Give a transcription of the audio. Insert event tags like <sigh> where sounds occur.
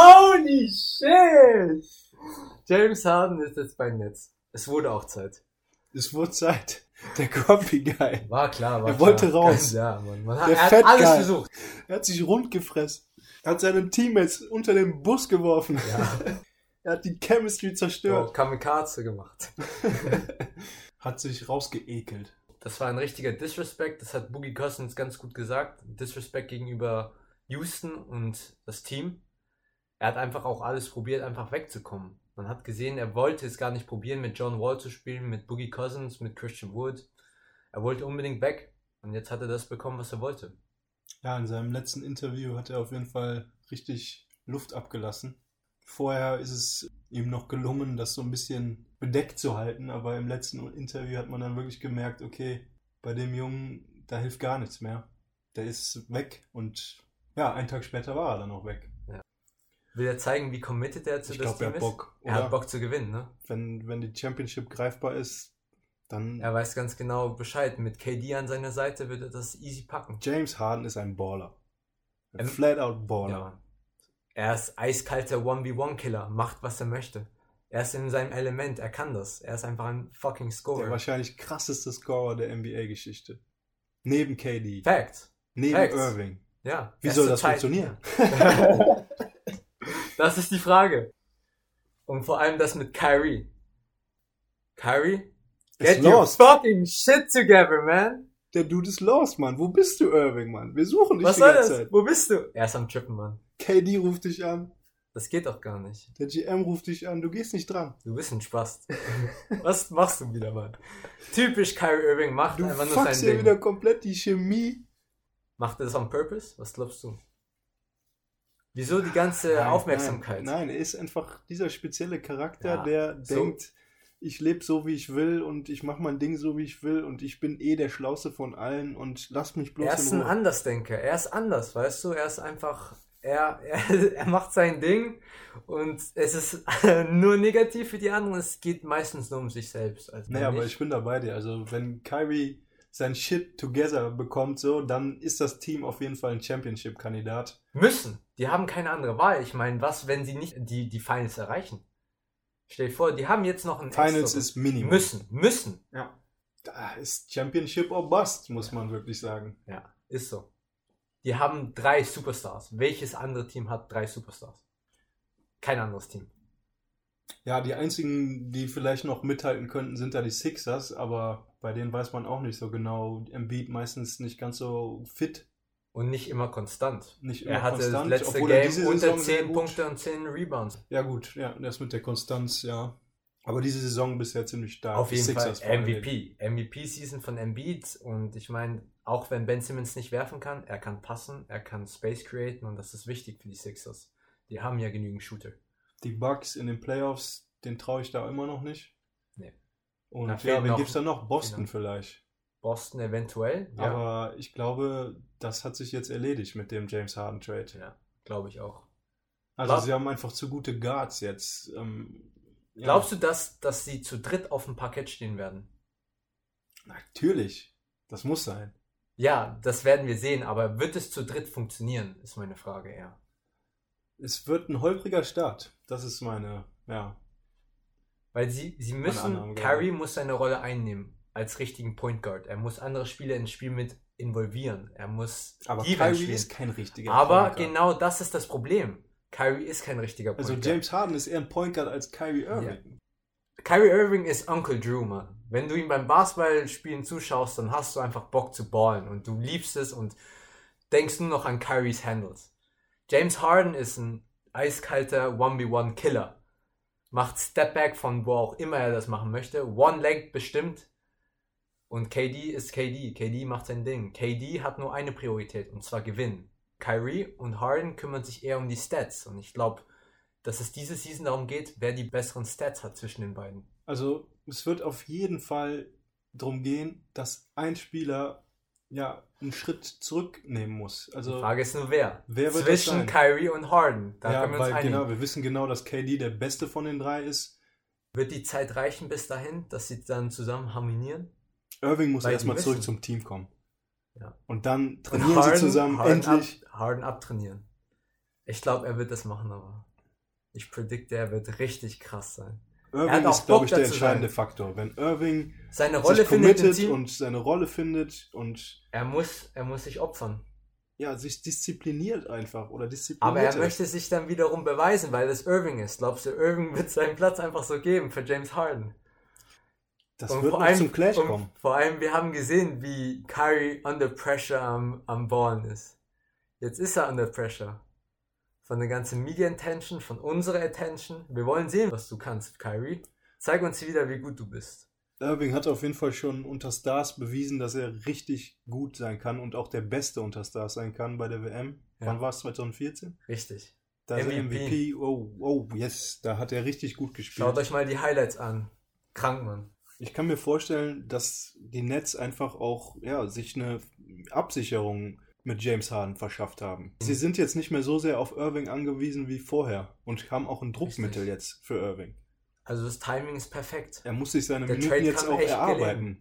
Holy shit! James Harden ist jetzt beim Netz. Es wurde auch Zeit. Es wurde Zeit. Der Grumpy Guy. War klar, war Er wollte klar. raus. Ja, Mann. Man hat, Der er Fat hat alles Guy. versucht. Er hat sich rund gefressen. Er hat seine Teammates unter den Bus geworfen. Ja. <laughs> Er hat die Chemistry So, zerstört. Kamikaze gemacht. Hat sich rausgeekelt. Das war ein richtiger Disrespect. Das hat Boogie Cousins ganz gut gesagt. Disrespect gegenüber Houston und das Team. Er hat einfach auch alles probiert, einfach wegzukommen. Man hat gesehen, er wollte es gar nicht probieren, mit John Wall zu spielen, mit Boogie Cousins, mit Christian Wood. Er wollte unbedingt weg. Und jetzt hat er das bekommen, was er wollte. Ja, in seinem letzten Interview hat er auf jeden Fall richtig Luft abgelassen. Vorher ist es ihm noch gelungen, das so ein bisschen bedeckt zu halten, aber im letzten Interview hat man dann wirklich gemerkt, okay, bei dem Jungen, da hilft gar nichts mehr. Der ist weg und ja, einen Tag später war er dann auch weg. Will er zeigen, wie committed er zu Ich Also das glaube, er Team hat ist? Bock. Er hat oder? Bock zu gewinnen, ne? Wenn, wenn die Championship greifbar ist, dann Er weiß ganz genau Bescheid. Mit KD an seiner Seite wird er das easy packen. James Harden ist ein Baller. Ein Ähm, Flat-out Baller. Ja. Er ist eiskalter 1v1-Killer, macht was er möchte. Er ist in seinem Element, er kann das. Er ist einfach ein fucking Der Scorer. wahrscheinlich krasseste Scorer der NBA-Geschichte. Neben KD, Fact. neben Facts. Irving. Ja. Wie Er soll ist das zur Zeit- funktionieren? <laughs> Das ist die Frage. Und vor allem das mit Kyrie. Kyrie, Ist get your lost. fucking shit together, man. Der Dude ist los, Mann. Wo bist du, Irving, Mann? Wir suchen dich Was die soll das? ganze Zeit. Wo bist du? Er ist am Trippen, Mann. KD ruft dich an, Das geht doch gar nicht. der GM ruft dich an, du gehst nicht dran. Du bist <laughs> ein Spast. Was machst du wieder, Mann? Typisch Kyrie Irving macht Du einfach nur sein fuckst hier Ding. wieder komplett die Chemie. Macht er das on purpose? Was glaubst du? Wieso die ganze Nein, Aufmerksamkeit? Nein, nein, er ist einfach dieser spezielle Charakter, Ja, der so. denkt, ich lebe so, wie ich will und ich mache mein Ding so, wie ich will und ich bin eh der Schlauste von allen und lass mich bloß Er ist in ein Ruhe. Andersdenker. Er ist anders, weißt du? Er ist einfach. Er, <laughs> er, er macht sein Ding und es ist <laughs> nur negativ für die anderen. Es geht meistens nur um sich selbst. Also Nee, wenn aber ich bin da bei dir. Also, wenn Kyrie sein Shit together bekommt, so, dann ist das Team auf jeden Fall ein Championship-Kandidat. müssen. Die haben keine andere Wahl. Ich meine, was, wenn sie nicht die, die Finals erreichen? Stell dir vor, die haben jetzt noch ein Finals extra- ist Minimum. Müssen, müssen. Da ist Championship or Bust, muss man wirklich sagen. Ja, ist so. Die haben drei Superstars. Welches andere Team hat drei Superstars? Kein anderes Team. Ja, die einzigen, die vielleicht noch mithalten könnten, sind da die Sixers, aber bei denen weiß man auch nicht so genau. Embiid meistens nicht ganz so fit, Und nicht immer konstant. nicht immer Er hatte das konstant. letzte er Game unter sehr 10 gut- Punkte und 10 Rebounds. Ja, gut, ja, das mit der Konstanz, ja. Aber diese Saison bisher ziemlich stark. Auf Die jeden Fall vor allen Dingen. MVP. MVP-Season von Embiid. Und ich meine, auch wenn Ben Simmons nicht werfen kann, er kann passen, er kann Space createn und das ist wichtig für die Sixers. Die haben ja genügend Shooter. die Bucks in den Playoffs, den traue ich da immer noch nicht. Nee. Und Da ja, fehlt wen noch- gibt es da noch? Boston Genau. vielleicht. Boston eventuell, ja, Aber ich glaube, das hat sich jetzt erledigt mit dem James Harden Trade. ja glaube ich auch. Also Glaub- sie haben einfach zu gute Guards jetzt. Ähm, ja, Glaubst du, dass, dass sie zu dritt auf dem Parkett stehen werden? Natürlich. Das muss sein. Ja, das werden wir sehen, aber wird es zu dritt funktionieren, ist meine Frage eher. Es wird ein holpriger Start. Das ist meine, ja. Weil sie, sie müssen, Annahme, genau. Curry muss seine Rolle einnehmen als richtigen Point Guard. Er muss andere Spieler ins Spiel mit involvieren. Er muss Aber Defense Kyrie spielen. ist kein richtiger aber Point Guard. genau das ist das Problem. Kyrie ist kein richtiger Point Also Guard. James Harden ist eher ein Point Guard als Kyrie Irving. Kyrie Irving ist Uncle Drew, Mann. Wenn du ihm beim Basketballspielen zuschaust, dann hast du einfach Bock zu ballen und du liebst es und denkst nur noch an Kyries Handles. James Harden ist ein eiskalter 1v1 Killer. Macht Stepback von wo auch immer er das machen möchte. One Leg bestimmt. Und KD ist KD. KD macht sein Ding. KD hat nur eine Priorität und zwar gewinnen. Kyrie und Harden kümmern sich eher um die Stats und ich glaube, dass es diese Season darum geht, wer die besseren Stats hat zwischen den beiden. Also es wird auf jeden Fall darum gehen, dass ein Spieler ja einen Schritt zurücknehmen muss. Die Also Frage ist nur wer. wer wird das sein? zwischen Kyrie und Harden. Da ja, können wir uns weil einigen. genau, wir wissen genau, dass KD der Beste von den drei ist. Wird die Zeit reichen bis dahin, dass sie dann zusammen harmonieren? Irving muss Weil die erstmal müssen. zurück zum Team kommen. Ja. Und dann Und trainieren sie zusammen Harden endlich. Ab, Harden abtrainieren. Ich glaube, er wird das machen, aber Ich predikte, er wird richtig krass sein. Er hat Irving auch ist, glaube Bock ich, der dazu sein. entscheidende Faktor. Wenn Irving Seine sich Rolle findet im committet Team. und seine Rolle findet und er, muss, er muss sich opfern. ja, sich diszipliniert einfach oder diszipliniert. Aber er möchte sich dann wiederum beweisen, weil es Irving ist. Glaubst du, Irving wird seinen Platz einfach so geben für James Harden? das wird noch zum Clash und kommen. vor allem, wir haben gesehen, wie Kyrie under pressure am, am Ballen ist. Jetzt ist er under pressure. Von der ganzen Media-Attention, von unserer Attention. Wir wollen sehen, was du kannst, Kyrie. Zeig uns wieder, wie gut du bist. Irving hat auf jeden Fall schon unter Stars bewiesen, dass er richtig gut sein kann und auch der Beste unter Stars sein kann bei der WM. Ja. Wann war es? 2014? Richtig. Da ist er MVP. MVP. Oh, oh, yes. Da hat er richtig gut gespielt. Schaut euch mal die Highlights an. Krank, Mann. Ich kann mir vorstellen, dass die Nets einfach auch ja, sich eine Absicherung mit James Harden verschafft haben. Mhm. Sie sind jetzt nicht mehr so sehr auf Irving angewiesen wie vorher und haben auch ein Druckmittel Richtig. jetzt für Irving. Also das Timing ist perfekt. Er muss sich seine Der Minuten Trade jetzt kann auch echt erarbeiten.